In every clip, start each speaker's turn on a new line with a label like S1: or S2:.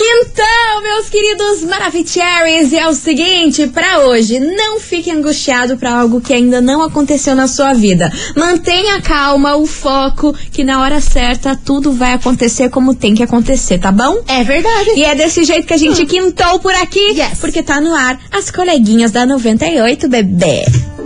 S1: então, queridos Maravicheries, é o seguinte, para hoje, não fique angustiado para algo que ainda não aconteceu na sua vida. Mantenha a calma, o foco, que na hora certa tudo vai acontecer como tem que acontecer, tá bom?
S2: É verdade.
S1: E é desse jeito que a gente quintou por aqui,
S2: Yes.
S1: porque tá no ar as coleguinhas da 98, bebê.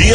S3: E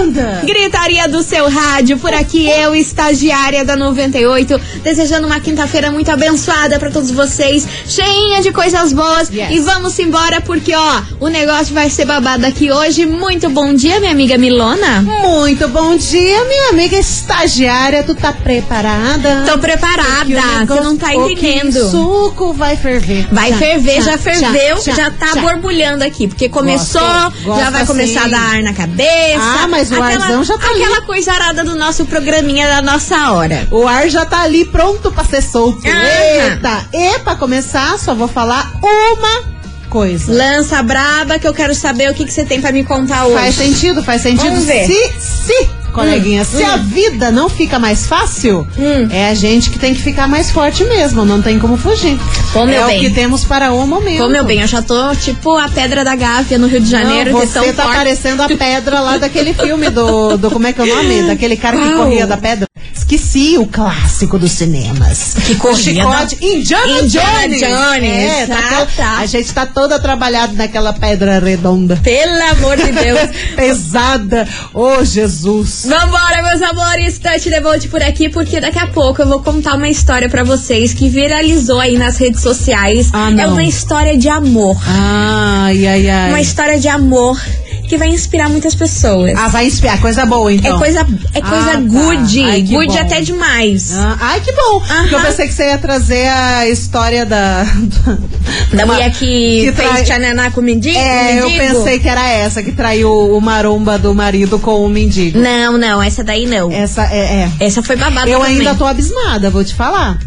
S2: Anda.
S1: Gritaria do seu rádio, por aqui eu, estagiária da 98, desejando uma quinta-feira muito abençoada pra todos vocês, cheinha de coisas boas.
S2: Yes.
S1: E vamos embora porque, ó, o negócio vai ser babado aqui hoje. Muito bom dia, minha amiga Milona.
S2: Muito bom dia, minha amiga estagiária. Tu tá preparada?
S1: Tô
S2: Que o
S1: preparada, você
S2: negócio-
S1: não tá
S2: o que
S1: entendendo.
S2: suco vai ferver.
S1: Vai
S2: Já,
S1: ferver, já, ferveu, já, tá
S2: já.
S1: borbulhando aqui, porque começou,
S2: Gosto,
S1: já
S2: gosto
S1: vai começar
S2: assim.
S1: a dar ar na cabeça.
S2: Ah, mas o arzão já tá ali.
S1: Aquela coisa arada do nosso programinha da nossa hora.
S2: O ar já tá ali pronto pra ser solto.
S1: Aham.
S2: Eita! E pra começar, só vou falar uma coisa.
S1: Lança braba que eu quero saber o que que você tem pra me contar hoje.
S2: Faz sentido, faz sentido.
S1: Vamos ver.
S2: Se, se, coleguinha, se
S1: hum.
S2: a vida não fica mais fácil,
S1: Hum.
S2: é a gente que tem que ficar mais forte mesmo, não tem como fugir.
S1: Pô, meu
S2: é
S1: bem.
S2: o que temos para o momento.
S1: Pô, meu bem, eu já tô tipo a pedra da Gávea no Rio de Janeiro,
S2: não,
S1: que tão
S2: você tá
S1: forte.
S2: parecendo a pedra lá daquele filme do, do como é que é o nome? Daquele cara que
S1: Qual?
S2: corria da pedra. Esqueci o clássico dos cinemas.
S1: Que corria
S2: O chicote.
S1: da-
S2: Indiana,
S1: Indiana
S2: Jones.
S1: Jones,
S2: É, tá,
S1: ah,
S2: aquela-
S1: tá.
S2: A gente tá toda trabalhada naquela pedra redonda.
S1: Pelo amor de Deus.
S2: Pesada. Ô, Jesus.
S1: Vambora, meus amores, Tati Devolte por aqui, porque daqui a pouco eu vou contar uma história pra vocês que viralizou aí nas redes sociais.
S2: Ah,
S1: É
S2: não.
S1: uma história de amor.
S2: Ai, ai, ai.
S1: Uma história de amor que vai inspirar muitas pessoas.
S2: Ah, vai inspirar. Coisa boa,
S1: é
S2: então.
S1: coisa, é
S2: Ah,
S1: coisa
S2: tá.
S1: good,
S2: Ai, que
S1: good
S2: bom.
S1: até demais.
S2: Ah, ai, que bom.
S1: Aham.
S2: Porque eu pensei que você ia trazer a história da...
S1: Da
S2: uma-
S1: mulher que,
S2: que trai-
S1: fez tchananá com o mendigo.
S2: É, eu
S1: mendigo.
S2: pensei que era essa que traiu o maromba do marido com o mendigo.
S1: Não, não, essa daí não.
S2: Essa é. é.
S1: Essa foi babada
S2: Eu
S1: também.
S2: ainda tô abismada, vou te falar.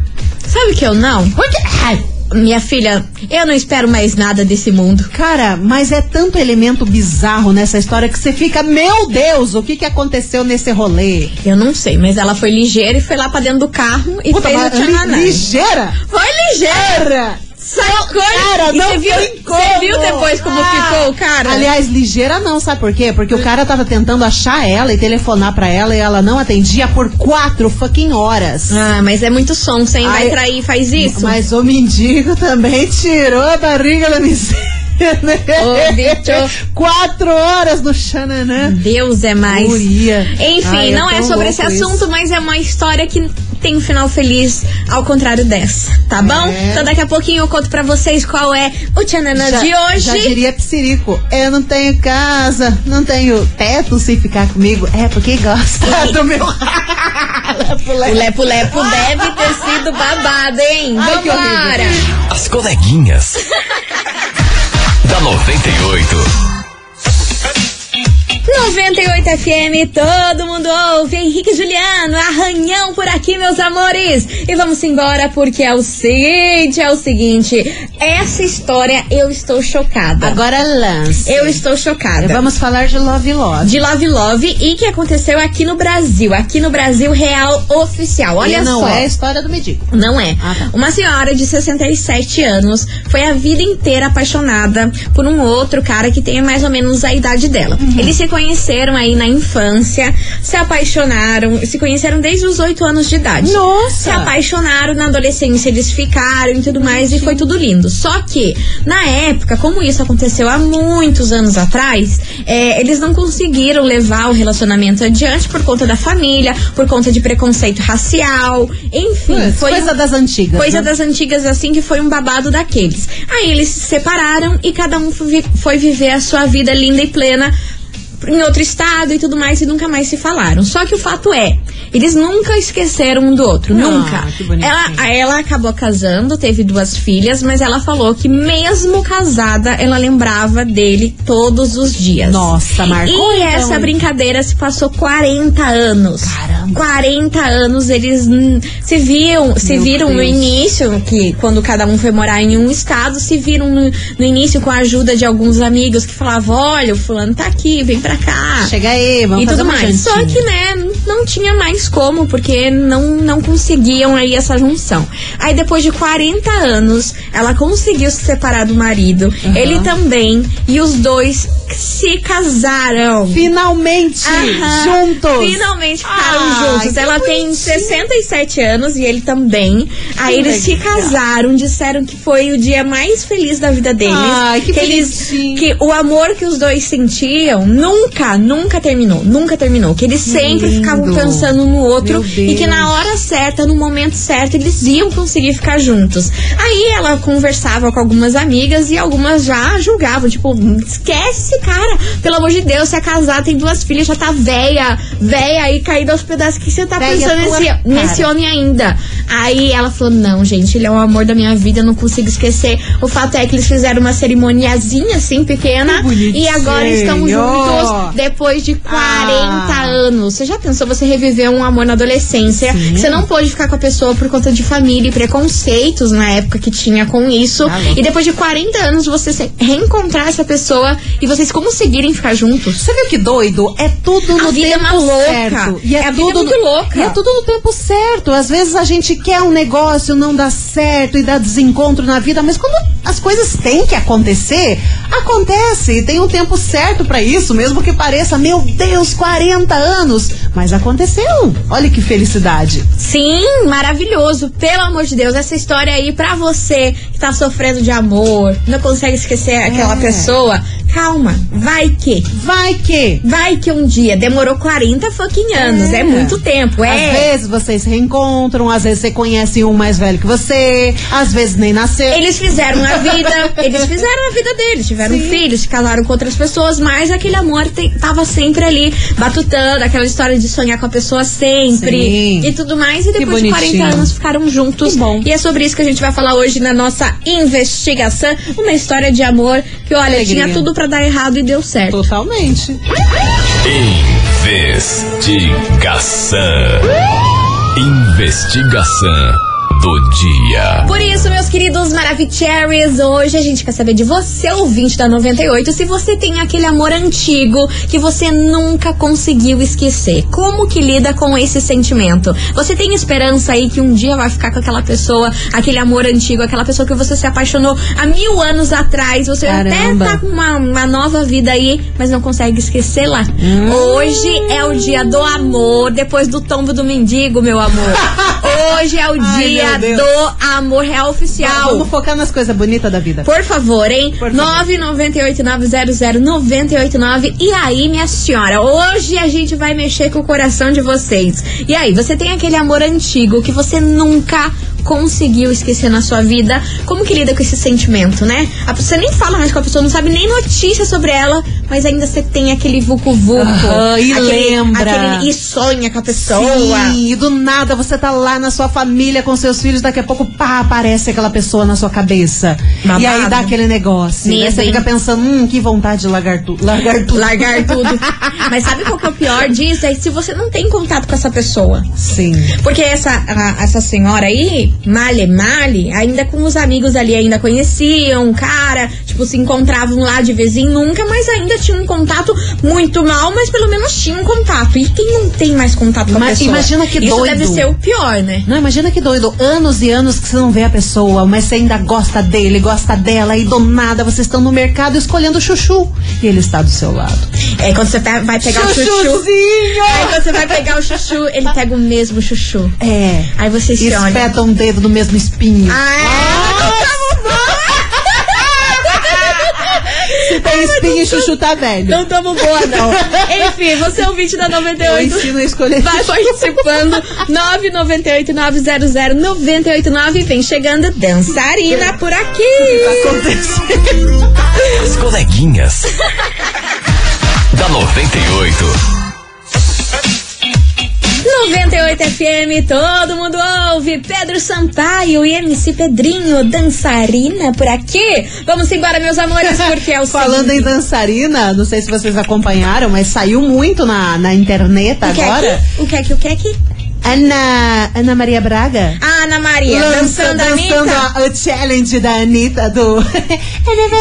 S1: Sabe o que eu não?
S2: Porque. Ai,
S1: Minha filha, eu não espero mais nada desse mundo.
S2: cara, mas é tanto elemento bizarro nessa história que você fica, meu Deus, o que que aconteceu nesse rolê?
S1: Eu não sei, mas ela foi ligeira e foi lá pra dentro do carro e
S2: Puta,
S1: fez o né?
S2: mas
S1: tchananá.
S2: li- ligeira!
S1: Foi ligeira!
S2: Cara!
S1: Saiu coisa!
S2: Cara,
S1: e
S2: não
S1: você viu,
S2: tem como.
S1: você viu depois como
S2: Ah,
S1: ficou o cara? Hum.
S2: Aliás, ligeira não, sabe por quê? Porque o cara tava tentando achar ela e telefonar pra ela e ela não atendia por quatro fucking horas.
S1: Ah, mas é muito som, sem vai
S2: Ai,
S1: trair e faz isso.
S2: Mas o mendigo também tirou a barriga da miséria. né?
S1: Ô, bicho.
S2: Quatro horas no Xananã.
S1: Deus é mais.
S2: Guria.
S1: Enfim,
S2: Ai,
S1: não é,
S2: tão
S1: sobre
S2: louco
S1: esse
S2: isso.
S1: assunto, mas é uma história que tem um final feliz, ao contrário dessa, tá bom?
S2: É.
S1: Então daqui a pouquinho eu conto pra vocês qual é o Tchananã de
S2: Já-
S1: hoje.
S2: Já diria Psirico, eu não tenho casa, não tenho teto se ficar comigo. É porque gosta do meu
S1: O Lepo Lepo deve ter sido babado, hein?
S2: Ai, que
S1: Vambora!
S4: As coleguinhas. da 98.
S1: 98 FM, todo mundo ouve. Henrique e Juliano, arranhão por aqui, meus amores. E vamos embora porque é o seguinte, é o seguinte. Essa história eu estou chocada.
S2: Agora lance.
S1: eu estou chocada.
S2: Vamos falar de Love Love.
S1: de Love Love e que aconteceu aqui no Brasil, aqui no Brasil real oficial. Olha
S2: E não
S1: só.
S2: é a história do mendigo.
S1: Não é.
S2: Ah, tá.
S1: Uma senhora de 67 anos foi a vida inteira apaixonada por um outro cara que tem mais ou menos a idade dela.
S2: Uhum.
S1: Eles se conheceram aí na infância, se apaixonaram, se conheceram desde os 8 anos de idade. Se
S2: Nossa!
S1: apaixonaram na adolescência, eles ficaram e tudo mais, e foi tudo lindo. Só que, na época, como isso aconteceu há muitos anos atrás, é, eles não conseguiram levar o relacionamento adiante por conta da família, por conta de preconceito racial, enfim.
S2: Putz,
S1: foi
S2: coisa
S1: um-
S2: das antigas.
S1: Coisa
S2: né?
S1: das antigas, assim, que foi um babado daqueles. Aí eles se separaram e cada um foi vi- foi viver a sua vida linda e plena em outro estado e tudo mais e nunca mais se falaram. Só que o fato é, eles nunca esqueceram um do outro,
S2: Ah,
S1: nunca.
S2: que bonitinho.
S1: Ela, ela acabou casando, teve duas filhas, mas ela falou que mesmo casada, ela lembrava dele todos os dias.
S2: Nossa, marcou
S1: E
S2: então,
S1: essa
S2: hein?
S1: brincadeira se passou 40 anos.
S2: Caramba.
S1: 40 anos eles hum, se viam, se
S2: Meu
S1: viram no
S2: Deus.
S1: início, que quando cada um foi morar em um estado, se viram no, no início com a ajuda de alguns amigos que falavam: olha, o fulano tá aqui, vem pra cá.
S2: Chega aí, vamos
S1: e
S2: fazer
S1: tudo
S2: uma
S1: mais. Só
S2: jantinha.
S1: que, né, não tinha mais como, porque não, não conseguiam aí essa junção. Aí depois de 40 anos, ela conseguiu se separar do marido, ele também, e os dois se casaram.
S2: Finalmente,
S1: Aham.
S2: juntos.
S1: Finalmente ficaram
S2: Ai,
S1: juntos.
S2: que
S1: Ela tem
S2: bonitinho.
S1: 67 anos e ele também. Aí eles se
S2: legal.
S1: casaram, disseram que foi o dia mais feliz da vida deles.
S2: Ai, que
S1: eles
S2: bonitinho.
S1: que o amor que os dois sentiam nunca, nunca terminou, nunca terminou. Que eles sempre
S2: lindo.
S1: ficavam pensando um no outro
S2: Meu
S1: e que
S2: Deus.
S1: na hora certa, no momento certo, eles iam conseguir ficar juntos. Aí ela conversava com algumas amigas e algumas já julgavam, tipo, esquece, cara, pelo amor de Deus, se é casar, tem duas filhas, já tá véia, véia e caída aos pedaços, que você tá
S2: Véia
S1: pensando
S2: tua
S1: nesse,
S2: cara.
S1: nesse homem ainda. Aí ela falou: não, gente, ele é o amor da minha vida, eu não consigo esquecer. O fato é que eles fizeram uma cerimoniazinha assim, pequena,
S2: Que bonitinho.
S1: e agora estão juntos depois de 40
S2: Ah.
S1: anos. Você já pensou você reviver um amor na adolescência?
S2: Sim.
S1: Que você não pôde ficar com a pessoa por conta de família e preconceitos na época que tinha com isso.
S2: Tá louco.
S1: e depois de 40 anos você se- reencontrar essa pessoa e vocês conseguirem ficar juntos.
S2: Você viu que doido? É tudo no
S1: A vida é
S2: tempo
S1: uma louca.
S2: certo.
S1: É, a vida é muito
S2: no-
S1: louca.
S2: E é tudo no tempo certo. Às vezes a gente quer um negócio, não dá certo e dá desencontro na vida, mas quando as coisas têm que acontecer, acontece. E tem um tempo certo pra isso, mesmo que pareça, meu Deus, 40 anos. Mas aconteceu. Olha que felicidade.
S1: Sim, maravilhoso. Pelo amor de Deus, essa história aí pra você que tá sofrendo de amor, não consegue esquecer aquela
S2: É.
S1: pessoa. Calma, vai que.
S2: Vai que.
S1: Vai que um dia demorou 40 fucking anos. É,
S2: É.
S1: muito tempo,
S2: Às
S1: é.
S2: vezes vocês se reencontram, às vezes você conhece um mais velho que você, às vezes nem nasceu.
S1: Eles fizeram a vida, eles fizeram a vida deles, tiveram filhos, se casaram com outras pessoas, mas aquele amor te- tava sempre ali, batutando, aquela história de sonhar com a pessoa sempre
S2: Sim.
S1: e tudo mais. E depois de
S2: bonitinho.
S1: 40 anos ficaram juntos.
S2: Que bom.
S1: E é sobre isso que a gente vai falar hoje na nossa investigação. Uma história de amor que, olha,
S2: Alegria.
S1: tinha tudo pra dar errado e deu certo.
S2: Totalmente.
S4: Investigação. Investigação do dia.
S1: Por isso, meus queridos Maravicheries, hoje a gente quer saber de você, ouvinte da 98, se você tem aquele amor antigo que você nunca conseguiu esquecer. Como que lida com esse sentimento? Você tem esperança aí que um dia vai ficar com aquela pessoa, aquele amor antigo, aquela pessoa que você se apaixonou há mil anos atrás, você
S2: Caramba.
S1: até tá com uma, uma nova vida aí, mas não consegue esquecê-la?
S2: Hum.
S1: Hoje é o dia do amor, depois do tombo do mendigo, meu amor. Hoje é o
S2: Ai,
S1: dia
S2: meu Deus.
S1: do o amor real oficial.
S2: Então, Vamos focar nas coisas bonitas da vida.
S1: Por favor, hein?
S2: Por favor.
S1: 998900989. E aí, minha senhora, hoje a gente vai mexer com o coração de vocês. E aí, você tem aquele amor antigo que você nunca conseguiu esquecer na sua vida? Como que lida com esse sentimento, né? A pessoa nem fala mais com a pessoa, não sabe nem notícia sobre ela, mas ainda você tem aquele vucu vucu.
S2: Aham, e lembra.
S1: e sonha com a pessoa.
S2: Sim, e do nada você tá lá na sua família com seus filhos, daqui a pouco pá, aparece aquela pessoa na sua cabeça.
S1: Babado.
S2: E aí dá aquele negócio.
S1: Medo,
S2: né? Você
S1: hein?
S2: fica pensando, hum, que vontade de largar tudo. Largar tudo.
S1: largar tudo. Mas sabe qual que é o pior disso? É se você não tem contato com essa pessoa.
S2: Sim.
S1: Porque essa, a- essa senhora aí, male male, ainda com os amigos ali ainda conheciam o cara, tipo, se encontravam lá de vez em nunca, mas ainda tinha um contato muito mal, mas pelo menos tinha um contato. E quem não tem mais contato com a
S2: Mas
S1: pessoa?
S2: imagina que
S1: Isso
S2: doido.
S1: deve ser o pior, né?
S2: Não, imagina que doido. Anos e anos que você não vê a pessoa, mas você ainda gosta dele, gosta dela, e do nada vocês estão no mercado escolhendo chuchu. E ele está do seu lado.
S1: É quando você pe- vai pegar o chuchu.
S2: Chuchuzinho!
S1: Aí quando você vai pegar o chuchu, ele pega o mesmo chuchu.
S2: É.
S1: Aí você se olha. Ah, é? Tá
S2: Espeta um dedo no mesmo espinho. Se tem espinho, chuchu tá velho.
S1: Não tamo boa, não. Enfim, você é ouvinte da
S2: Eu
S1: 98.
S2: ensino a escolher.
S1: Vai participando. 998-900-989. Vem chegando dançarina por aqui.
S2: Acontece.
S4: As coleguinhas. da 98.
S1: 98 FM, todo mundo ouve. Pedro Sampaio e MC Pedrinho, dançarina por aqui. Vamos embora, meus amores, porque é o
S2: Falando em
S1: seguinte.
S2: dançarina, não sei se vocês acompanharam, mas saiu muito na, na internet
S1: O que
S2: agora.
S1: é que? O que é que? O que é que?
S2: Ana, Ana Maria Braga.
S1: A Ana Maria,
S2: Lança-
S1: dançando,
S2: dançando
S1: Anitta.
S2: a- o challenge da Anitta do.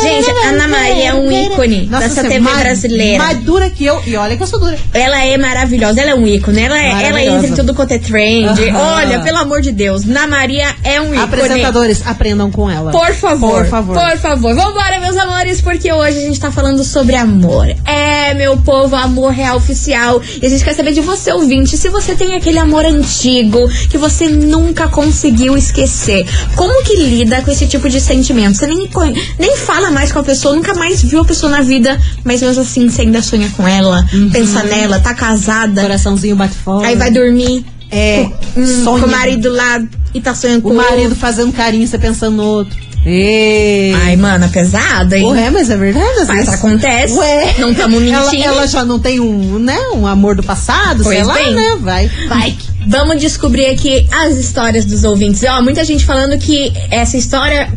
S1: Gente, a Ana Maria é um ícone dessa
S2: você é
S1: TV
S2: mais-
S1: brasileira.
S2: Mais dura que eu. E olha que eu sou dura.
S1: Ela é maravilhosa, ela é um ícone. Ela, é, ela
S2: Maravilhosa.
S1: entra em tudo quanto é trend.
S2: Aham.
S1: Olha, pelo amor de Deus, Ana Maria é um ícone.
S2: Apresentadores, aprendam com ela.
S1: Por favor.
S2: Por favor.
S1: Por favor. Vambora, meus amores, porque hoje a gente tá falando sobre amor. É, meu povo, amor real oficial. E a gente quer saber de você, ouvinte, se você tem aquele amor antigo que você nunca conseguiu esquecer. Como que lida com esse tipo de sentimento? Você nem, conhe- nem fala mais com a pessoa, nunca mais viu a pessoa na vida, mas mesmo assim você ainda sonha com ela,
S2: Uhum.
S1: pensa nela, tá casada.
S2: Coraçãozinho bate fora.
S1: Aí vai dormir
S2: É,
S1: hum, com
S2: sonha.
S1: o marido do lado e tá sonhando com
S2: O marido fazendo carinho, você pensando no outro. Ei.
S1: Ai, mano, é pesado, hein?
S2: Ué, mas é verdade. às
S1: Mas
S2: vezes-
S1: acontece.
S2: Ué.
S1: Não tamo
S2: Ela,
S1: mentindo.
S2: ela já não tem um, né, um amor do passado, sei
S1: Pois
S2: lá,
S1: bem.
S2: né? Vai.
S1: Vai. Vamos descobrir aqui as histórias dos ouvintes. Ó, muita gente falando que essa história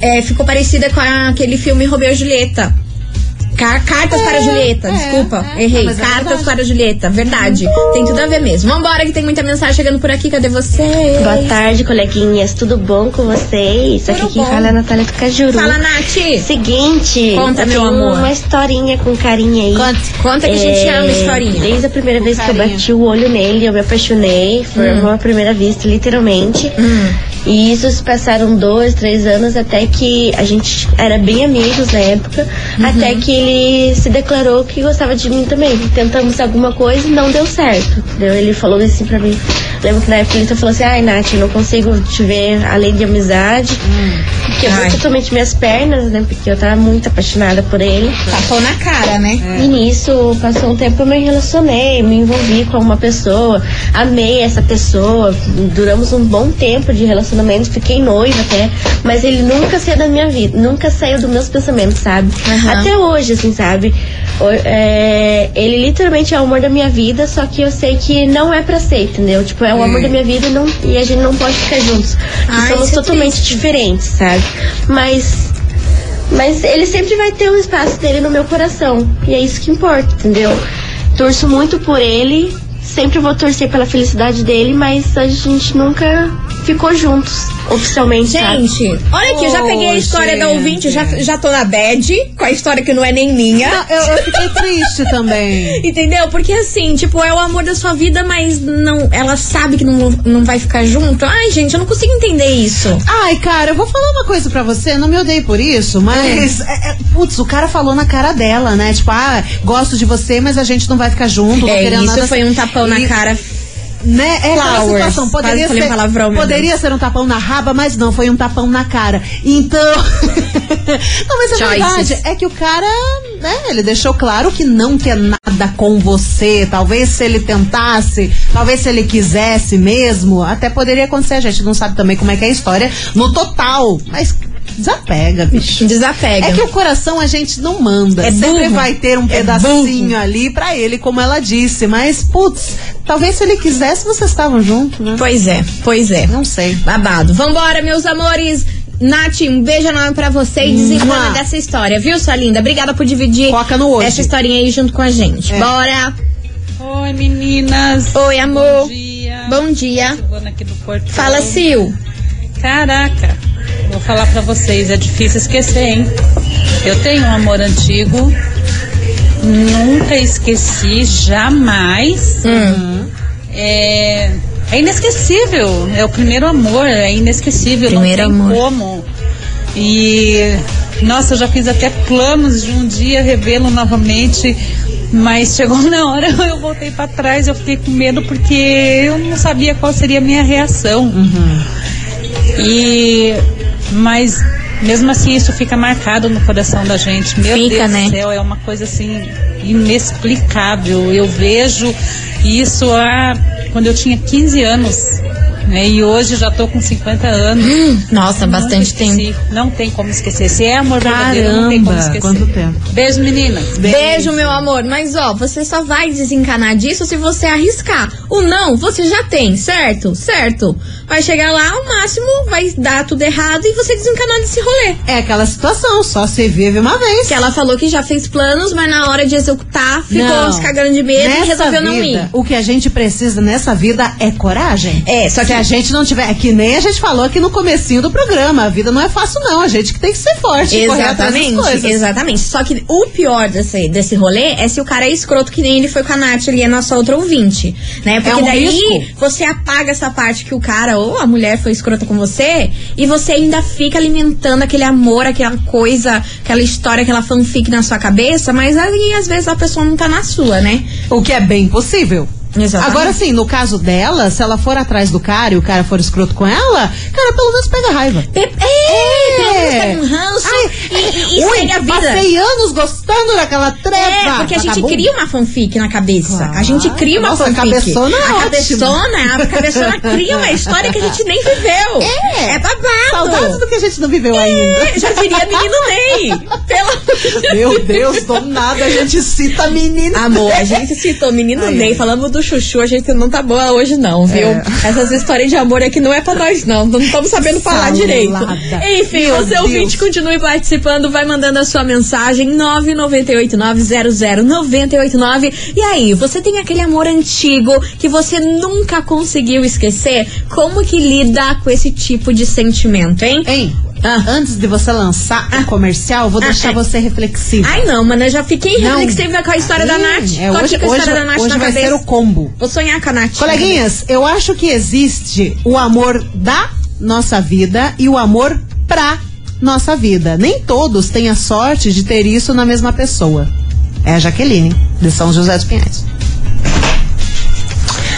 S1: é, ficou parecida com aquele filme Romeu e Julieta. Ca- Cartas
S2: É,
S1: para Julieta,
S2: é,
S1: desculpa,
S2: é,
S1: errei.
S2: mas é
S1: Cartas
S2: verdade.
S1: para Julieta, verdade. Tem tudo a ver mesmo. Vambora, que tem muita mensagem chegando por aqui. Cadê você?
S5: Boa tarde, coleguinhas. Tudo bom com vocês? Aqui
S1: Tudo
S5: quem
S1: bom.
S5: fala é a Natália do Cajuru. É
S1: Fala, Nath.
S5: Seguinte,
S1: Conta,
S5: eu
S1: meu
S5: tenho
S1: amor.
S5: uma historinha com carinha aí. É,
S1: Conta, conta que a gente ama historinha.
S5: Desde a primeira vez que eu
S2: carinha.
S5: bati o olho nele, eu me apaixonei. Foi
S1: Hum.
S5: uma primeira vista, literalmente. E isso se passaram dois, três anos até que a gente era bem amigos na época. Até que ele se declarou que gostava de mim também. Tentamos alguma coisa e não deu certo. Entendeu? Ele falou assim pra mim. Lembro que na época ele só falou assim: ai, Nath, eu não consigo te ver além de amizade. Quebrou
S1: Ai.
S5: totalmente minhas pernas, né? Porque eu tava muito apaixonada por ele.
S1: Tapou na cara, né?
S5: E nisso, passou um tempo, eu me relacionei, me envolvi com uma pessoa, amei essa pessoa, duramos um bom tempo de relacionamento, fiquei noiva até, mas ele nunca saiu da minha vida, nunca saiu dos meus pensamentos, sabe?
S1: Aham.
S5: Até hoje, assim, sabe? O- é, ele literalmente é o amor da minha vida, só que eu sei que não é pra ser, entendeu? Tipo, é o amor da minha vida e, não- e a gente não pode ficar juntos.
S1: Ai,
S5: Somos
S1: Hum. isso é
S5: totalmente diferentes, sabe? Mas mas ele sempre vai ter um espaço dele no meu coração. E é isso que importa, entendeu? Torço muito por ele. Sempre vou torcer pela felicidade dele, mas a gente nunca ficou juntos, oficialmente. sabe?
S1: Gente, olha aqui, eu já peguei a história da
S2: gente.
S1: ouvinte, já, já tô na bad, com a história que não é nem minha.
S2: Não, Ah, eu, eu fiquei triste também.
S1: Entendeu? Porque assim, tipo, é o amor da sua vida, mas não, ela sabe que não, não vai ficar junto. Ai, gente, eu não consigo entender isso.
S2: Ai, cara, eu vou falar uma coisa pra você, não me odeie por isso, mas. é, é, putz, o cara falou na cara dela, né? Tipo, ah, gosto de você, mas a gente não vai ficar junto, não
S1: É,
S2: querendo
S1: isso
S2: nada. assim.
S1: foi um tapão na
S2: E-
S1: cara.
S2: né? É aquela
S1: Flowers.
S2: situação. Poderia,
S1: Quase falei
S2: ser,
S1: um palavrão, meu
S2: poderia ser um tapão na raba, mas não, foi um tapão na cara. Então. não, mas a
S1: Choices.
S2: verdade é que o cara, né, ele deixou claro que não quer nada com você. Talvez se ele tentasse, talvez se ele quisesse mesmo, até poderia acontecer. A gente não sabe também como é que é a história no total. Mas desapega, bicho.
S1: Desapega.
S2: É que o coração a gente não manda.
S1: É
S2: Sempre
S1: burro.
S2: vai ter um
S1: É
S2: pedacinho
S1: burro.
S2: ali pra ele, como ela disse. Mas, putz, talvez se ele quisesse, vocês estavam juntos, né?
S1: Pois é, pois é.
S2: Não sei.
S1: Babado. Vambora, meus amores. Nath, um beijo enorme pra você e desenrola
S2: Mua.
S1: dessa história, viu, sua linda? Obrigada por dividir
S2: Foca no hoje.
S1: essa historinha aí junto com a gente.
S2: É.
S1: Bora!
S6: Oi meninas,
S1: Oi, amor.
S6: bom dia.
S1: Bom dia.
S6: Silvana aqui do Porto.
S1: Fala, assim, Sil.
S6: Caraca, vou falar pra vocês, é difícil esquecer, hein? Eu tenho um amor antigo, nunca esqueci,
S1: Hum.
S6: jamais. Uhum. É, é inesquecível, é o primeiro amor, é inesquecível,
S1: Primeiro
S6: não
S1: amor.
S6: tem como. E nossa, eu já fiz até planos de um dia revê-lo novamente, mas chegou na hora, eu voltei pra trás, eu fiquei com medo porque eu não sabia qual seria a minha reação. E mas mesmo assim isso fica marcado no coração da gente. Meu
S1: Fica,
S6: Deus
S1: né?
S6: do céu, é uma coisa assim inexplicável. Eu vejo isso há quando eu tinha 15 anos. né? E hoje já tô com 50 anos.
S7: Hum,
S2: Hum.
S1: Nossa,
S6: Nunca
S1: bastante tempo.
S6: esqueci. Não tem como esquecer. Se é amor verdadeiro, não tem como
S2: Caramba,
S6: esquecer.
S2: quanto tempo.
S6: Beijo, meninas.
S1: Beijo, meu amor. Mas ó, você só vai desencanar disso se você arriscar. O não, você já tem, certo? Certo. Vai chegar lá, o máximo vai dar tudo errado e você desencanar desse rolê.
S2: É aquela situação, só se vive uma vez.
S1: Que ela falou que já fez planos, mas na hora de executar ficou
S2: Não.
S1: se cagando de medo e
S2: Nessa
S1: resolveu
S2: vida,
S1: não ir.
S2: O que a gente precisa nessa vida é coragem.
S1: É, só
S2: Se
S1: que-
S2: a gente não tiver. É que nem a gente falou aqui no comecinho do programa. A vida não é fácil, não. A gente que tem que ser forte. e correr atrás das
S1: Exatamente,
S2: coisas.
S1: exatamente. Só que o pior desse, desse rolê é se o cara é escroto, que nem ele foi com a Nath ali, a nossa outra ouvinte. Né? Porque
S2: um
S1: daí
S2: risco.
S1: você apaga essa parte que o cara ou a mulher foi escrota com você e você ainda fica alimentando aquele amor, aquela coisa, aquela história, aquela fanfic na sua cabeça, mas aí às vezes a pessoa não tá na sua, né?
S2: O que é bem possível.
S1: Exatamente.
S2: Agora sim, no caso dela, se ela for atrás do cara e o cara for escroto com ela, cara, pelo menos pega raiva.
S1: Pe- É, pelo menos pega um ranço
S2: Ai,
S1: e, e
S2: ui,
S1: segue a vida.
S2: Passei anos gostando daquela treta.
S1: É, porque a gente
S2: vagabundo.
S1: cria uma fanfic na cabeça. A gente cria uma
S2: Nossa, a
S1: fanfic.
S2: cabeçona é
S1: a
S2: ótima.
S1: cabeçona, a cabeçona cria uma história que a gente nem viveu.
S2: É.
S1: é babado.
S2: Saudades do que a gente não viveu ainda.
S1: É, Já diria menino Ney. Pela...
S2: Meu Deus, do nada a gente cita a menina.
S1: Amor, a gente citou menino
S2: Ai, É.
S1: Ney,
S2: ai.
S1: falamos do Chuchu, a gente não tá boa hoje não, viu? Essas histórias de amor aqui não é pra nós não, não estamos sabendo falar
S2: Salada.
S1: direito. Enfim,
S2: Meu
S1: você
S2: Deus.
S1: ouvinte, continue participando, vai mandando a sua mensagem, 998900989. E aí, você tem aquele amor antigo que você nunca conseguiu esquecer? Como que lida com esse tipo de sentimento, hein?
S2: Hein? Antes de você lançar o comercial, vou
S1: Ah.
S2: deixar
S1: ah.
S2: você reflexiva.
S1: Ai não, mano, eu já fiquei
S2: Não.
S1: reflexiva com a história da
S2: Ih,
S1: Nath.
S2: é,
S1: Tô
S2: hoje-
S1: aqui com a história
S2: hoje-
S1: da Nath
S2: hoje
S1: na
S2: vai
S1: cabeça.
S2: ser o combo.
S1: Vou sonhar com a Nath.
S2: Coleguinhas, eu acho que existe o amor da nossa vida e o amor pra nossa vida. Nem todos têm a sorte de ter isso na mesma pessoa. É a Jaqueline, de São José dos Pinhais.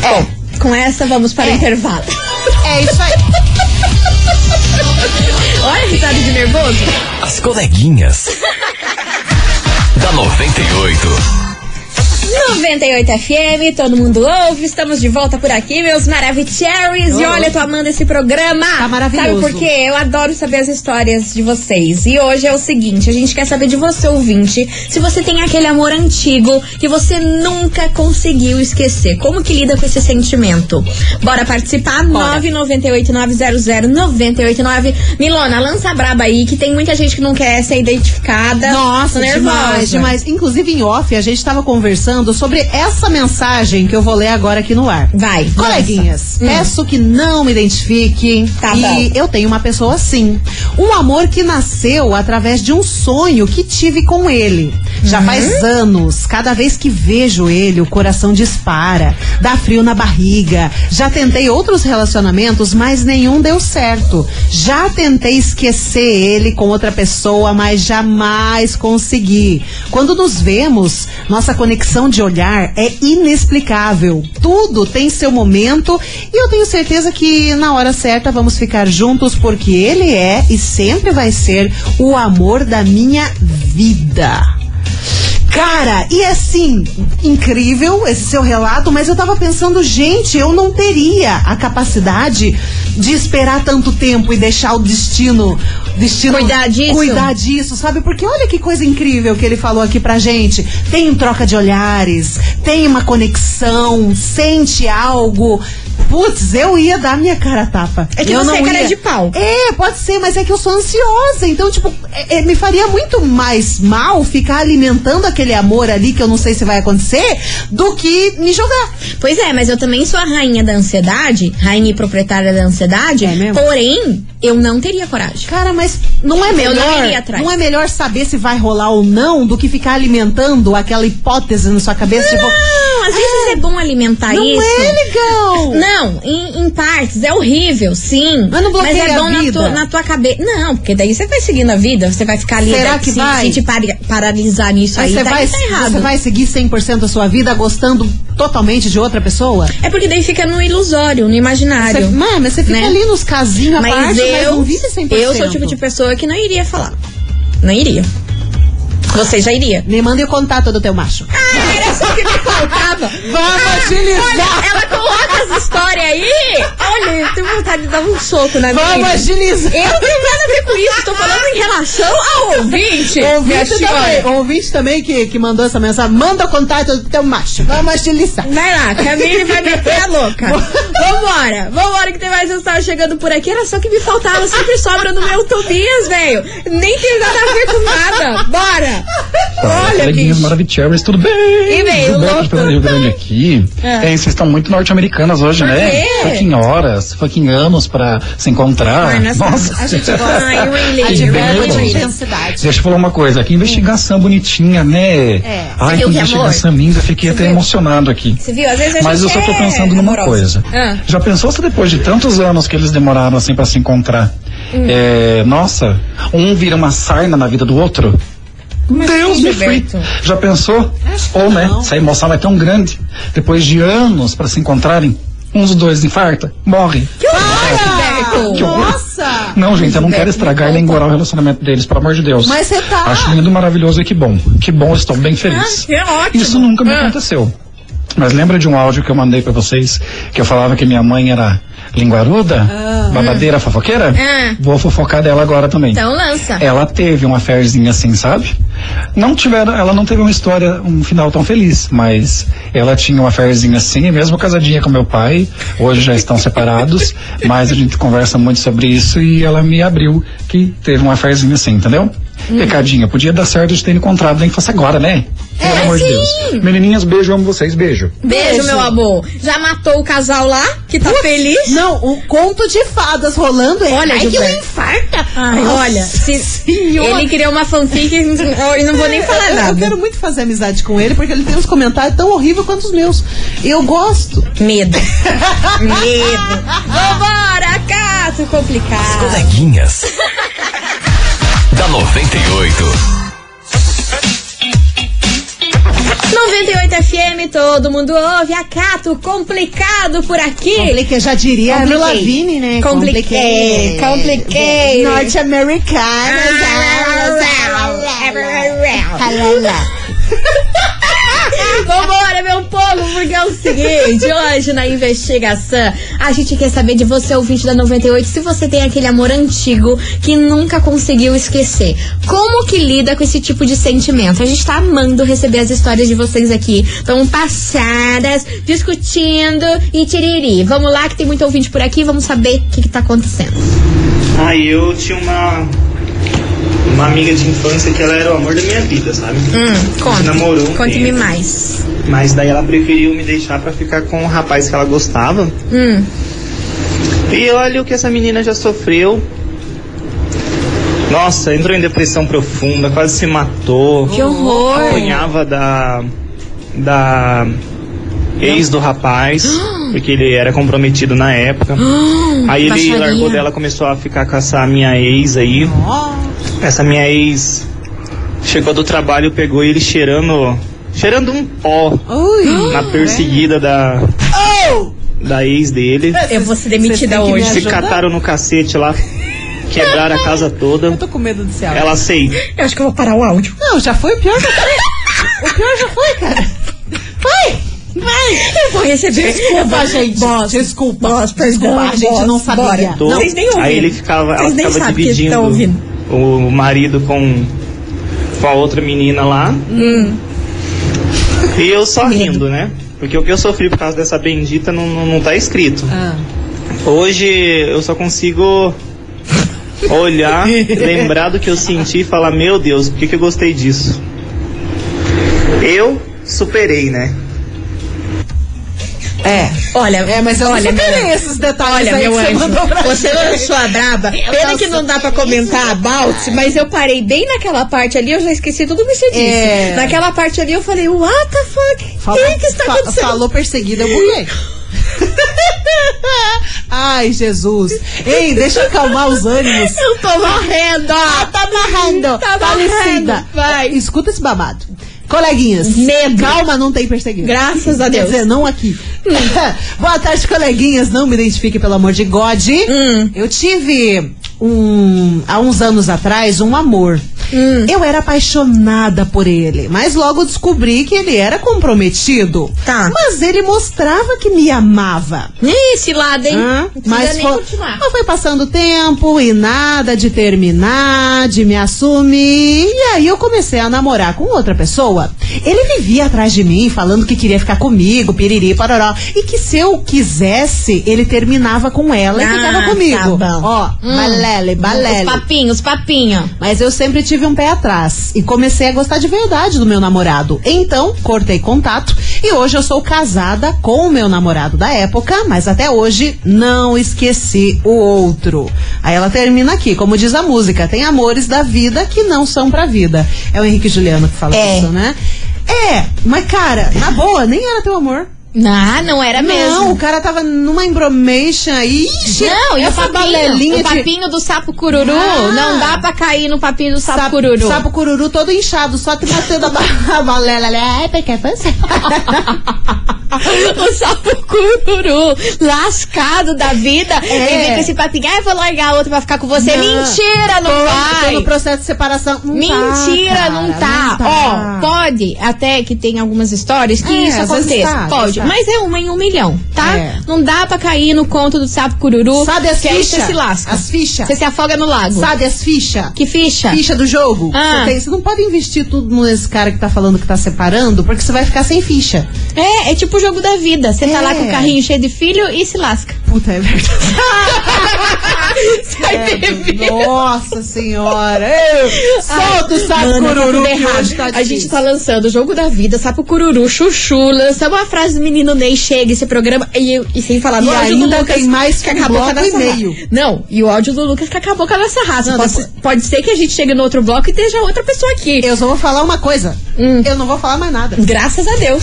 S1: Bom, com essa vamos para o intervalo.
S2: É isso aí.
S1: Olha a risada de nervoso.
S4: As coleguinhas. da 98.
S1: 98 FM, todo mundo ouve, estamos de volta por aqui, meus maravicheries. E olha, eu tô amando esse programa.
S2: Tá maravilhoso.
S1: Sabe por quê? Eu adoro saber as histórias de vocês. E hoje é o seguinte, a gente quer saber de você, ouvinte, se você tem aquele amor antigo que você nunca conseguiu esquecer. Como que lida com esse sentimento? Bora participar? 998-900-989. Milona, lança a braba aí, que tem muita gente que não quer ser identificada.
S2: Nossa,
S1: Tô nervosa.
S2: demais, demais. Inclusive em off, a gente estava conversando sobre essa mensagem que eu vou ler agora aqui no ar.
S1: Vai.
S2: Coleguinhas,
S1: lança. Hum.
S2: peço que não me identifiquem.
S1: Tá
S2: e
S1: bom.
S2: eu tenho uma pessoa assim. Um amor que nasceu através de um sonho que tive com ele. Já
S1: Uhum.
S2: faz anos, cada vez que vejo ele, o coração dispara, dá frio na barriga. Já tentei outros relacionamentos, mas nenhum deu certo. Já tentei esquecer ele com outra pessoa, mas jamais consegui. Quando nos vemos, nossa conexão de olhar é inexplicável. Tudo tem seu momento e eu tenho certeza que na hora certa vamos ficar juntos porque ele é e sempre vai ser o amor da minha vida. Cara, e assim, incrível esse seu relato, mas eu tava pensando, gente, eu não teria a capacidade de esperar tanto tempo e deixar o destino, destino
S1: Cuidar disso?
S2: cuidar disso, sabe? Porque olha que coisa incrível que ele falou aqui pra gente. Tem troca de olhares, tem uma conexão, sente algo. Putz, eu ia dar minha cara a tapa.
S1: É que
S2: eu
S1: você
S2: não
S1: é cara
S2: ia.
S1: de pau.
S2: É, pode ser, mas é que eu sou ansiosa. Então, tipo, é- é, me faria muito mais mal ficar alimentando aquele amor ali que eu não sei se vai acontecer do que me jogar.
S1: Pois é, mas eu também sou a rainha da ansiedade, rainha e proprietária da ansiedade.
S2: É mesmo?
S1: Porém, eu não teria coragem.
S2: Cara, mas não é
S1: Eu
S2: melhor.
S1: não iria atrás.
S2: não é melhor saber se vai rolar ou não do que ficar alimentando aquela hipótese na sua cabeça, tipo.
S1: Não, às vezes é, bom alimentar
S2: Não
S1: isso.
S2: é legal!
S1: Não, em, em partes. É horrível, sim.
S2: Mas não bloqueia
S1: é bom
S2: a
S1: na
S2: vida.
S1: tua- na tua cabeça. Não, porque daí você vai seguindo a vida, você vai ficar ali.
S2: Será
S1: daí
S2: que
S1: se,
S2: vai?
S1: se te pari- paralisar nisso
S2: Mas
S1: aí,
S2: você
S1: daí
S2: vai,
S1: tá errado.
S2: você vai seguir 100% da sua vida gostando totalmente de outra pessoa?
S1: É porque daí fica no ilusório, no imaginário.
S2: Você, mano, mas você fica
S1: Né?
S2: ali nos casinhos à
S1: Mas
S2: parte, mas
S1: eu,
S2: não vive 100%.
S1: eu sou o tipo de pessoa que não iria falar. Não iria. Você já iria.
S2: Me manda o contato do teu macho.
S1: Ah, era isso que me faltava.
S2: Vamos agilizar.
S1: Ah, Olha, ela coloca essa história aí. Olha, eu tenho vontade de dar um soco na
S2: Vamos
S1: menina.
S2: agilizar.
S1: Eu não tenho nada a ver com isso. Tô falando em relação ao ouvinte. minha
S2: Ouvinte também,
S1: senhora.
S2: ouvinte também que, que mandou essa mensagem. Manda o contato do teu macho. Vamos agilizar.
S1: um- Vai lá, Camille vai meter a louca. Vambora, vambora que tem mais resultado chegando por aqui. Era só que me faltava, sempre sobra no meu Tobias, velho. Nem tem nada a ver com nada. Bora! Olha,
S8: Coleguinhas
S1: bicho.
S8: maravilhosas, tudo bem?
S1: E bem,
S8: tudo
S1: louco.
S8: bem pelo Rio Grande aqui.
S1: É.
S8: É, vocês estão muito norte-americanas hoje, né?
S1: quê?
S8: Fucking horas, fucking anos pra se encontrar.
S1: Ai, nós-
S8: Nossa,
S2: A gente gosta.
S1: Ai,
S2: A
S1: Willy.
S2: gente
S8: bem,
S2: gosta de
S8: bem.
S2: intensidade.
S8: Deixa eu falar uma coisa, que investigação bonitinha, né?
S2: É.
S8: Ai,
S1: Viu,
S8: que
S1: que amor?
S8: investigação linda, fiquei
S1: Você
S8: até
S1: viu?
S8: emocionado aqui.
S1: Você viu? Às vezes a
S8: Mas eu
S1: gente
S8: só tô
S1: é
S8: pensando numa
S1: amorosa.
S8: coisa.
S1: Ah.
S8: Já pensou se depois de tantos anos que eles demoraram assim pra se encontrar? é, nossa, um vira uma sarna na vida do outro? Deus me free.
S1: Gilberto?
S8: Já pensou?
S2: Acho que
S8: Ou, né?
S2: não.
S8: Essa emoção é tão grande. Depois de anos pra se encontrarem, um dos dois infarta, morre.
S1: Gilberto.
S8: Que horror.
S2: Nossa!
S8: Não, gente, eu não quero estragar nem engorar o relacionamento deles, pelo amor de Deus.
S2: Mas você tá.
S8: Acho lindo, maravilhoso e que bom. Que bom, eu estou bem feliz.
S1: Ah, que ótimo.
S8: Isso nunca me
S1: Ah.
S8: aconteceu. Mas lembra de um áudio que eu mandei pra vocês que eu falava que minha mãe era linguaruda, babadeira, fofoqueira?
S1: Ah.
S8: Vou fofocar dela agora também.
S1: Então lança.
S8: Ela teve uma ferzinha assim, sabe? Não tiveram, ela não teve uma história, um final tão feliz, mas ela tinha uma ferzinha assim, e mesmo casadinha com meu pai, hoje já estão separados, mas a gente conversa muito sobre isso e ela me abriu que teve uma ferzinha assim, entendeu? Pecadinha, podia dar certo de ter encontrado, nem que fosse agora, né? Pelo amor de Deus. Menininhas, beijo, amo vocês, beijo.
S1: Beijo,
S2: É Beijo.
S1: meu amor. Já matou o casal lá, que tá feliz?
S2: Não, o conto de fadas rolando é.
S1: Olha,
S2: Ai, que
S1: Gilberto.
S2: infarta!
S1: Ai, olha, se-
S2: senhora.
S1: Ele criou uma fanfic, eu não vou nem falar
S2: eu, eu
S1: nada.
S2: quero muito fazer amizade com ele, porque ele tem uns comentários tão horríveis quanto os meus. Eu gosto.
S1: Medo. Medo. Vambora, caso complicado.
S4: Coleguinhas. da 98.
S1: 98 FM, todo mundo ouve. Acato complicado por aqui.
S2: Compliquei, já diria a
S1: Compliquei.
S2: Lavigne, né?
S1: Compliquei, compliquei.
S2: Norte-americana.
S1: Vambora, meu povo, porque é o seguinte: hoje na investigação, a gente quer saber de você, ouvinte da 98, se você tem aquele amor antigo que nunca conseguiu esquecer. Como que lida com esse tipo de sentimento? A gente tá amando receber as histórias de vocês aqui. Estão passadas, discutindo e tiriri. Vamos lá, que tem muito ouvinte por aqui, vamos saber o que, que tá acontecendo.
S9: Aí eu tinha uma uma amiga de infância que ela era o amor da minha vida, sabe?
S1: Hum,
S9: A gente Namorou um
S1: conta. Conte-me
S9: tempo,
S1: mais.
S9: Mas daí ela preferiu me deixar pra ficar com o rapaz que ela gostava.
S1: Hum,
S9: E olha o que essa menina já sofreu. Nossa, entrou em depressão profunda, quase se matou.
S1: que horror.
S9: Apanhava da da ex do rapaz, porque ele era comprometido na época. Aí ele
S1: baixaria.
S9: largou dela, começou a ficar com essa minha ex aí. Essa minha ex chegou do trabalho, pegou ele cheirando. cheirando um pó
S2: Ui.
S9: na perseguida da.
S2: Oh!
S9: da ex dele.
S2: É,
S1: Eu vou ser
S2: Vocês
S1: demitida
S2: têm que me
S1: hoje.
S9: Se
S2: ajuda?
S9: cataram no cacete lá, quebraram a casa toda.
S2: Eu tô com medo do céu.
S9: Ela aceitou.
S1: Eu acho que eu vou parar o áudio.
S2: Não, já foi o pior que eu O pior já foi, cara. Vai! Vai!
S1: Eu vou receber. eu
S2: Desculpa,
S1: vou-
S2: gente.
S1: Boss,
S2: Desculpa.
S1: boss, perdão,
S2: Desculpa, a gente
S1: boss,
S2: não sabia.
S1: bora.
S2: Não,
S1: vocês nem ouviram.
S9: Aí ele ficava, ela
S1: Vocês nem
S9: ficava
S1: sabem que eles
S9: dividindo
S1: estão ouvindo.
S9: o marido com, com a outra menina lá.
S1: Hum.
S9: E eu só rindo, né? Porque o que eu sofri por causa dessa bendita não, não, não tá escrito.
S2: Ah.
S9: Hoje eu só consigo olhar, lembrar do que eu senti e falar, meu Deus, por que, que eu gostei disso? Eu superei, né?
S2: É.
S1: Olha,
S2: É, mas eu
S1: olha,
S2: não
S1: meu
S2: superei
S1: anjo.
S2: esses detalhes
S1: Olha,
S2: aí
S1: meu
S2: que você é
S1: anjo,
S2: mandou pra
S1: você
S2: gente.
S1: lançou a braba. Pena
S2: tava
S1: que não dá pra comentar a Baltz, mas eu parei bem naquela parte ali, eu já esqueci tudo que você disse.
S2: É.
S1: Naquela parte ali eu falei, what the fuck? O que, que está
S2: fa-
S1: acontecendo?
S2: Falou perseguida, eu buguei. Ai, Jesus. Ei, deixa eu acalmar os ânimos. Tá
S1: Eu tô morrendo!
S2: Ah, tá barrando.
S1: Tá
S2: Falecida.
S1: barrando, vai.
S2: Escuta esse babado. Coleguinhas.
S1: Medo.
S2: Calma, não tem perseguido.
S1: Graças a Deus.
S2: Quer dizer, não aqui. Boa tarde, coleguinhas. Não me identifique, pelo amor de God. Eu tive um, há uns anos atrás um amor. Eu era apaixonada por ele, mas logo descobri que ele era comprometido.
S1: Tá.
S2: Mas ele mostrava que me amava.
S1: Ih, cilada, hein?
S2: Hã?
S1: Não precisa
S2: Mas
S1: nem
S2: foi,
S1: continuar.
S2: mas foi passando o tempo e nada de terminar, de me assumir. E aí eu comecei a namorar com outra pessoa. Ele vivia atrás de mim, falando que queria ficar comigo, piriri, pororó. E que se eu quisesse, ele terminava com ela e
S1: Ah,
S2: ficava comigo.
S1: tá bom.
S2: Ó,
S1: Hum.
S2: balele,
S1: Os
S2: balele.
S1: papinhos, os papinhos.
S2: Mas eu sempre tive um pé atrás e comecei a gostar de verdade do meu namorado. Então, cortei contato e hoje eu sou casada com o meu namorado da época, mas até hoje não esqueci o outro. Aí ela termina aqui, como diz a música, tem amores da vida que não são pra vida. É o Henrique Juliano que fala
S1: É.
S2: isso, né? É, mas cara, na boa, nem era teu amor.
S1: Ah, não era
S2: Não, o
S1: mesmo.
S2: cara tava numa embromation aí. Ixi,
S1: Não, e o
S2: essa
S1: papinho,
S2: balelinha
S1: o
S2: de-
S1: papinho do sapo cururu.
S2: Ah.
S1: Não dá pra cair no papinho do sapo, cururu.
S2: Sapo cururu todo inchado, só te batendo a, ba a balela ali. Ai, porque é você.
S1: o sapo cururu, lascado da vida.
S2: É.
S1: E vem com esse papinho, ah, eu vou largar outro pra ficar com você.
S2: Não.
S1: Mentira, não
S2: Tô
S1: vai.
S2: no processo de separação. Não
S1: Mentira,
S2: tá,
S1: não,
S2: cara,
S1: tá. Ó, pode até que tem algumas histórias que
S2: É,
S1: isso
S2: às vezes
S1: aconteça.
S2: tá,
S1: pode.
S2: tá.
S1: Mas é uma em um milhão, tá?
S2: É.
S1: Não dá pra cair no conto do sapo cururu.
S2: Sabe as
S1: que aí
S2: fichas?
S1: você se lasca.
S2: As fichas.
S1: Você se afoga no lago.
S2: Sabe as fichas?
S1: Que ficha?
S2: Ficha do jogo.
S1: Ah.
S2: Você, tem- você não pode investir tudo nesse cara que tá falando que tá separando, porque você vai ficar sem ficha.
S1: É, é tipo o jogo da vida. Você tá
S2: É.
S1: lá com o carrinho cheio de filho e se lasca.
S2: Puta, é verdade.
S1: Sai bebê.
S2: Nossa senhora. Ei, solta o sapo
S1: Mano, tá
S2: cururu
S1: tudo
S2: que
S1: errado.
S2: hoje tá
S1: a gente
S2: difícil.
S1: tá lançando o jogo da vida, sapo cururu, chuchu, lançamos a frase do menino Ney, chega esse programa e, eu- e sem falar do
S2: E
S1: áudio do
S2: ainda
S1: Lucas
S2: tem mais que um
S1: com a
S2: bloco e
S1: nossa
S2: meio.
S1: raça. Não, e o áudio do Lucas que acabou com a nossa raça.
S2: Não,
S1: pode,
S2: depois-
S1: pode ser que a gente chegue no outro bloco e esteja outra pessoa aqui.
S2: Eu só vou falar uma coisa. Eu não vou falar mais nada.
S1: Graças a Deus.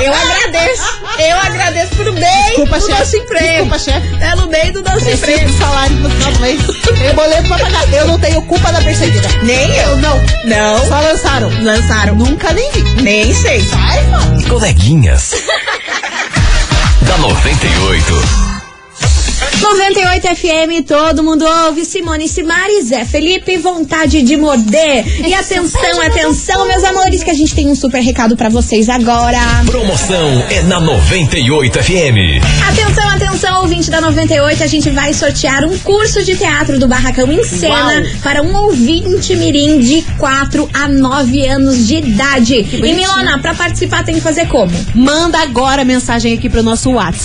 S1: Eu agradeço. Eu agradeço por bem
S2: Desculpa,
S1: do
S2: chefe.
S1: nosso emprego.
S2: Desculpa, chefe.
S1: É no meio do nosso
S2: Preciso
S1: emprego.
S2: do salário no final do mês. Tem boleto pra pagar. Eu não tenho culpa da perseguida.
S1: Nem eu.
S2: Não.
S1: Não.
S2: Só lançaram.
S1: Lançaram.
S2: Nunca nem vi.
S1: Nem sei.
S2: Ai, mano.
S4: Coleguinhas. da 98.
S1: 98 FM, todo mundo ouve. Simone Simari, Zé Felipe, vontade de morder. E atenção, atenção, meus amores, que a gente tem um super recado pra vocês agora.
S4: Promoção é na 98 FM.
S1: Atenção, atenção, ouvinte da 98, a gente vai sortear um curso de teatro do Barracão em Cena
S2: Uau.
S1: para um ouvinte mirim de 4 a 9 anos de idade. E Milona, pra participar tem que fazer como?
S2: Manda agora a mensagem aqui pro nosso WhatsApp.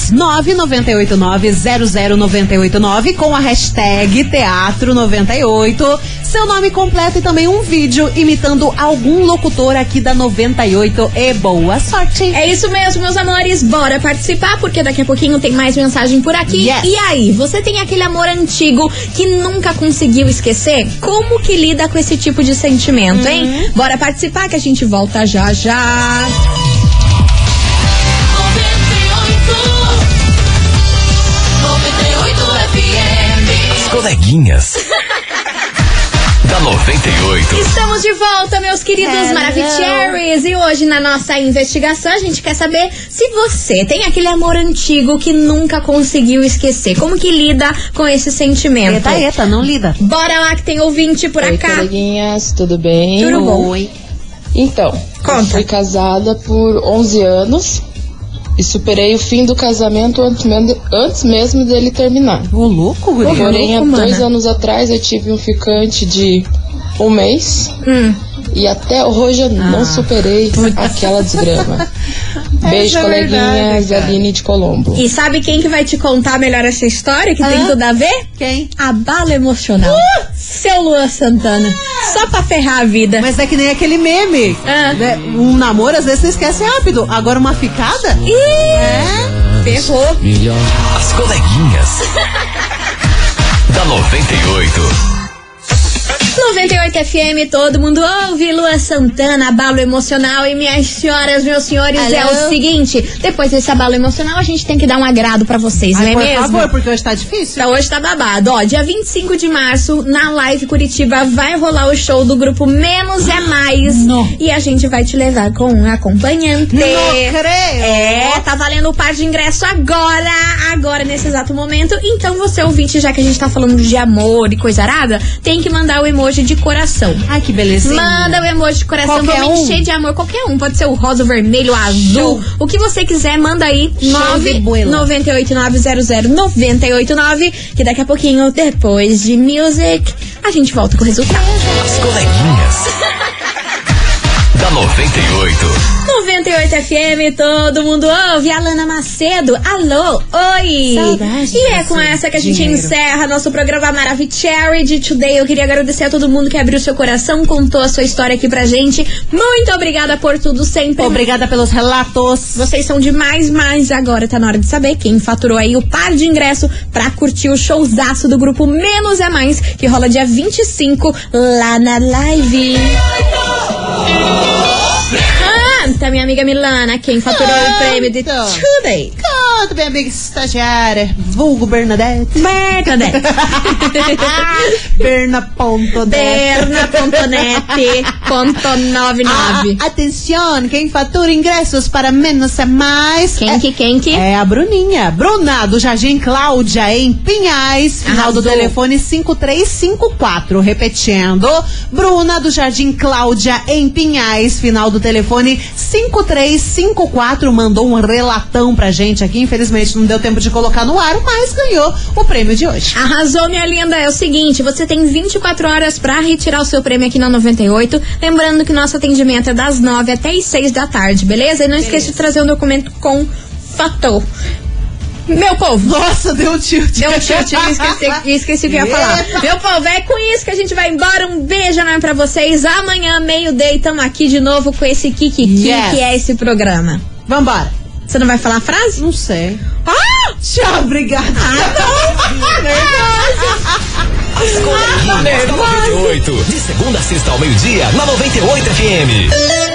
S2: 998900989 com a hashtag Teatro98. Seu nome completo e também um vídeo imitando algum locutor aqui da 98. E boa sorte.
S1: É isso mesmo, meus amores. Bora participar, porque daqui a pouquinho tem mais mensagem por aqui.
S2: Yes.
S1: E aí, você tem aquele amor antigo que nunca conseguiu esquecer? Como que lida com esse tipo de sentimento,
S2: Uhum.
S1: hein? Bora participar que a gente volta já já.
S4: As coleguinhas. da 98.
S1: Estamos de volta, meus queridos
S2: Hello.
S1: Maravicheries. E hoje, na nossa investigação, a gente quer saber se você tem aquele amor antigo que nunca conseguiu esquecer. Como que lida com esse sentimento?
S2: Eta, eta, não lida.
S1: Bora lá que tem ouvinte por
S7: Oi,
S1: acá.
S7: coleguinhas, tudo bem?
S1: Tudo bom.
S2: Oi.
S7: Então,
S1: Conta.
S7: eu fui casada por 11 anos e superei o fim do casamento antes mesmo, antes mesmo dele terminar.
S2: Ô, louco, guri.
S7: Porém, há
S1: louco,
S2: né?
S7: dois
S1: mana.
S7: anos atrás eu tive um ficante de um mês
S1: Hum.
S7: e até hoje eu não superei aquela desgrama. Beijo,
S2: Essa é verdade,
S7: coleguinhas,
S2: cara.
S7: Aline de Colombo.
S1: E sabe quem que vai te contar melhor essa história que tem
S2: Hã?
S1: tudo a ver?
S2: Quem?
S1: A bala emocional.
S7: Uh!
S1: Seu Luan Santana. Só pra ferrar a vida.
S2: Mas é que nem aquele meme.
S1: Ah.
S2: né? Um namoro às vezes você esquece rápido. Agora uma ficada?
S1: Ih,
S7: Ah,
S1: ferrou.
S4: As coleguinhas. da 98.
S1: 98 FM, todo mundo ouve. Lua Santana, abalo emocional. E minhas senhoras, meus senhores, é o seguinte: depois desse abalo emocional, a gente tem que dar um agrado pra vocês,
S2: Ai,
S1: não
S2: por
S1: é mesmo?
S2: favor, porque hoje tá difícil.
S1: Então hoje tá babado. Ó, dia 25 de março, na Live Curitiba, vai rolar o show do grupo Menos é Mais.
S2: Não.
S1: E a gente vai te levar com um
S2: É.
S1: acompanhante.
S2: Não creio.
S1: É, tá valendo o par de ingresso agora, agora, nesse exato momento. Então você, ouvinte, já que a gente tá falando de amor e coisa arada, tem que mandar o emoji emoji de coração.
S2: Ai, que belezinha.
S1: Manda o emoji de coração,
S2: Qualquer
S1: vamos
S2: um?
S1: encher de amor qualquer um. Pode ser o rosa, o vermelho, o azul. O que você quiser, manda aí
S2: de buela.
S1: 998900989, que daqui a pouquinho, depois de music, a gente volta com o resultado.
S4: As coleguinhas. da 98.
S1: 98 FM, todo mundo ouve. Alana Macedo, alô, oi!
S2: Saudade
S1: e é
S2: desse
S1: com essa que a gente
S2: dinheiro.
S1: encerra nosso programa Maravicherry de Today. Eu queria agradecer a todo mundo que abriu seu coração, contou a sua história aqui pra gente. Muito obrigada por tudo sempre.
S2: Obrigada pelos relatos.
S1: Vocês são demais, mas agora tá na hora de saber quem faturou aí o par de ingresso pra curtir o showzaço do grupo Menos é Mais, que rola dia 25 lá na live. Canta, Ah, tá minha amiga Milana, quem faturou o prêmio de
S2: Canta.
S1: Today.
S2: Conta, minha amiga estagiária. Vulgo Bernadette.
S1: Bernadette.
S2: Berna ponto dez.
S1: Berna.net.99.
S2: Ah, atenção, quem fatura ingressos para menos é mais.
S1: Quem
S2: é,
S1: que, quem que?
S2: É a Bruninha. Bruna, do Jardim Cláudia, em Pinhais. Final do
S1: Arrasou.
S2: telefone 5354. Repetindo. Bruna, do Jardim Cláudia, em Pinhais. Final do telefone 5354. Mandou um relatão pra gente aqui. Infelizmente, não deu tempo de colocar no ar, mas ganhou o prêmio de hoje.
S1: Arrasou, minha linda. É o seguinte, você tem 24 horas pra retirar o seu prêmio aqui na 98. Lembrando que nosso atendimento é das 9 até as 6 da tarde, beleza? E não esqueça de trazer um documento com fator. Meu povo,
S2: Nossa, deu um tilt.
S1: Deu um chute, eu esqueci, esqueci o que eu ia falar. Meu povo, é com isso que a gente vai embora. Um beijo enorme pra vocês. Amanhã, meio-dia, estamos aqui de novo com esse Kikiki,
S2: Yes.
S1: que é esse programa.
S2: Vambora.
S1: Você não vai falar a frase?
S2: Não sei.
S1: Ah!
S2: Tchau, obrigada. Ah,
S4: As coleguinhas da 98. De segunda a sexta ao meio-dia, na 98 FM.